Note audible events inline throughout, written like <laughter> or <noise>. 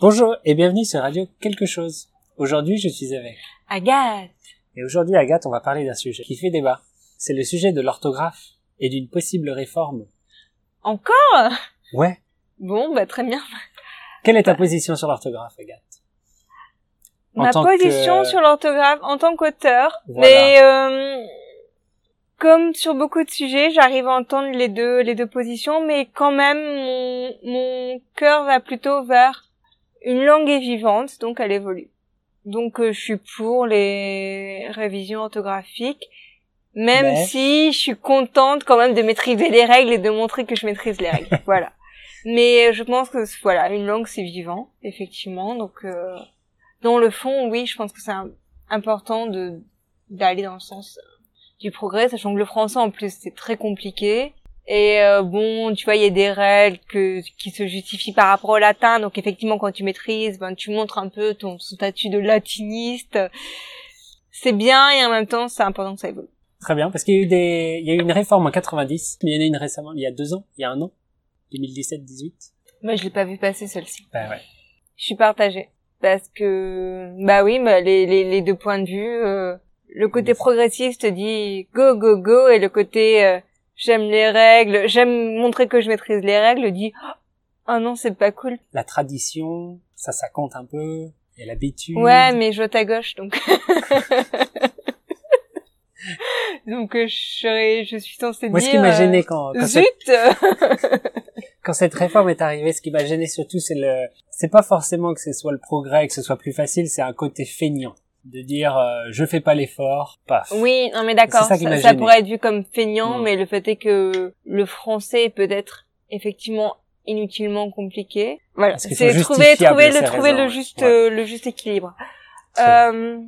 Bonjour et bienvenue sur Radio Quelque chose. Aujourd'hui, je suis avec. Agathe Et aujourd'hui, Agathe, on va parler d'un sujet qui fait débat. C'est le sujet de l'orthographe et d'une possible réforme. Encore Ouais. Bon, bah très bien. Quelle est ta position sur l'orthographe, Agathe En Ma tant position que- sur l'orthographe en tant qu'auteur, Voilà. mais euh, comme sur beaucoup de sujets, j'arrive à entendre les deux les deux positions, mais quand même mon, mon cœur va plutôt vers une langue est vivante, donc elle évolue. Donc euh, je suis pour les révisions orthographiques, même Mais- si je suis contente quand même de maîtriser les règles et de montrer que je maîtrise les règles. voilà. Mais euh, je pense que voilà, une langue c'est vivant, effectivement. Donc euh, dans le fond, oui, je pense que c'est un- important de d'aller dans le sens euh, du progrès, sachant que le français en plus c'est très compliqué. Et euh, bon, tu vois, il y a des règles que, qui se justifient par rapport au latin. Donc effectivement, quand tu maîtrises, ben tu montres un peu ton ton statut de latiniste. C'est bien et en même temps, c'est important que ça évolue. Très bien, parce qu'il y a eu des, il y a eu une réforme en 90, mais il y en a une récemment, il y a deux ans, il y a un an, 2017-18. Moi, je l'ai pas vu passer celle-ci. Bah ouais. Je suis partagée parce que bah oui, bah, les, les, les deux points de vue. euh, le côté progressiste dit go go go et le côté euh, j'aime les règles, j'aime montrer que je maîtrise les règles dit ah non c'est pas cool. La tradition, ça, ça compte un peu. Il y a l'habitude. Ouais mais je vote à gauche donc. <laughs> donc euh, je serais- je suis censée Moi, dire. ce qui m'a euh, gêné quand, quand <laughs> Zut cette, quand cette réforme est arrivée, ce qui m'a gêné surtout, c'est le, c'est pas forcément que ce soit le progrès, que ce soit plus facile, c'est un côté feignant. De dire, euh, je fais pas l'effort, paf. Oui, non mais d'accord, C'est ça ça, qui m'a ça gêné. pourrait être vu comme feignant, Mm. mais le fait est que le français est peut-être effectivement inutilement compliqué. Voilà, Parce qu'ils c'est sont trouver justifiables, trouver le ces trouver raisons, le ouais. juste Ouais. euh, le juste équilibre. Très Euh,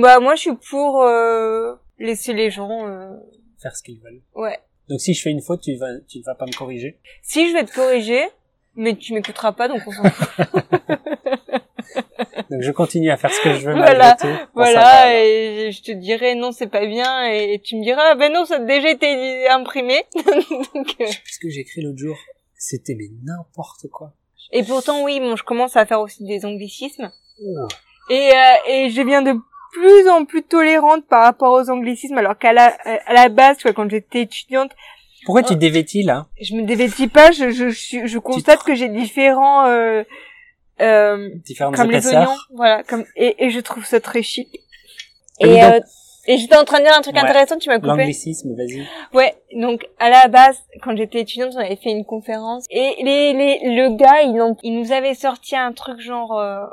bah moi je suis pour euh, laisser les gens euh, Faire ce qu'ils veulent. ouais. Donc, si je fais une faute, tu vas, tu ne vas pas me corriger. Si je vais te corriger, mais tu m'écouteras pas donc on s'en fout. Donc, je continue à faire ce que je veux malgré Voilà, tout. Bon, ça va, voilà alors. et je te dirai non, c'est pas bien et, et tu me diras ah, ben non, ça a déjà été imprimé. <laughs> donc, Je euh, sais plus ce que j'ai écrit l'autre jour. C'était mais n'importe quoi. Et pourtant, oui, bon, je commence à faire aussi des anglicismes. Oh. Et, euh, et je viens de plus en plus tolérante par rapport aux anglicismes, alors qu'à la, euh, à la base, tu vois, quand j'étais étudiante, Pourquoi Oh. tu te dévêtis là je me dévêtis pas, je, je, je, je constate que j'ai différents... Euh, euh, Différentes comme les oignons, épaisseurs. voilà. Comme, et, et je trouve ça très chic. Dis Et, Ah donc. euh, et j'étais en train de dire un truc Ouais. intéressant, tu m'as coupé. L'anglicisme, vas-y. Ouais, donc à la base, quand j'étais étudiante, on avait fait une conférence et les, les le gars, il, en- il nous avait sorti un truc genre, euh,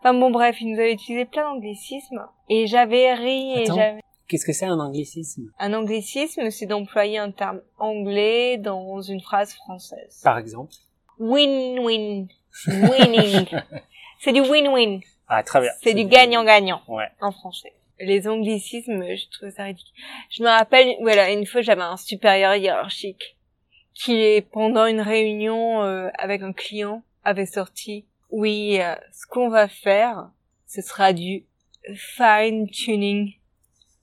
enfin bon bref, il nous avait utilisé plein d'anglicismes et j'avais ri et Attends. j'avais Qu'est-ce que c'est un anglicisme un anglicisme, c'est d'employer un terme anglais dans une phrase française. Par exemple. Win-win, winning, c'est du win-win, Ah, très bien. c'est du gagnant-gagnant Ouais. en français. Les anglicismes, je trouve ça ridicule. Je me rappelle, voilà, une fois j'avais un supérieur hiérarchique qui, pendant une réunion euh, avec un client, avait sorti « Oui, euh, ce qu'on va faire, ce sera du fine-tuning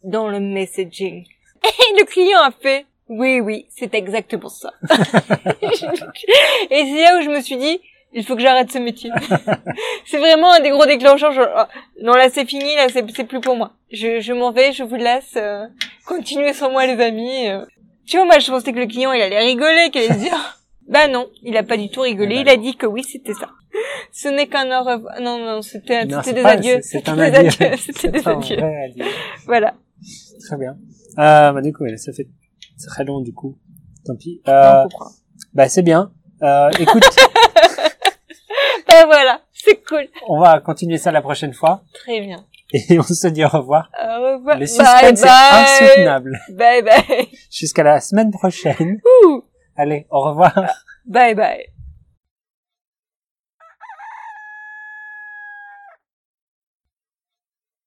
dans le messaging. » Et le client a fait « Oui, oui, c'est <laughs> exactement ça. » Et c'est là où je me suis dit « Il faut que j'arrête ce métier. » <laughs> C'est vraiment un des gros déclencheurs. genre, Ah, non, là c'est fini, là c'est c'est plus pour moi. Je, je m'en vais, je vous laisse. euh, continuez sans moi les amis. euh. Tu vois, moi je pensais que le client il allait rigoler, qu'il allait se dire... <laughs> Bah non, il a pas du tout rigolé, Eh ben il a non. dit que oui c'était ça. Ce n'est qu'un au revoir. Non, non, c'était Non, c'était c'est des pas- adieux. c'est- C'est un des adieu. adieux, <laughs> C'était des C'est un adieux. vrai adieu. Voilà. Très bien. Euh, bah, du coup, ça fait très long, du coup. Tant pis. On Euh, comprend. bah, c'est bien. Euh, écoute, Ben voilà, c'est cool. on va continuer ça la prochaine fois. Très bien. Et on se dit au revoir. Au revoir. Le suspense est insoutenable. Bye <laughs> bye. Jusqu'à la semaine prochaine. Ouh. Allez, au revoir. Bye bye.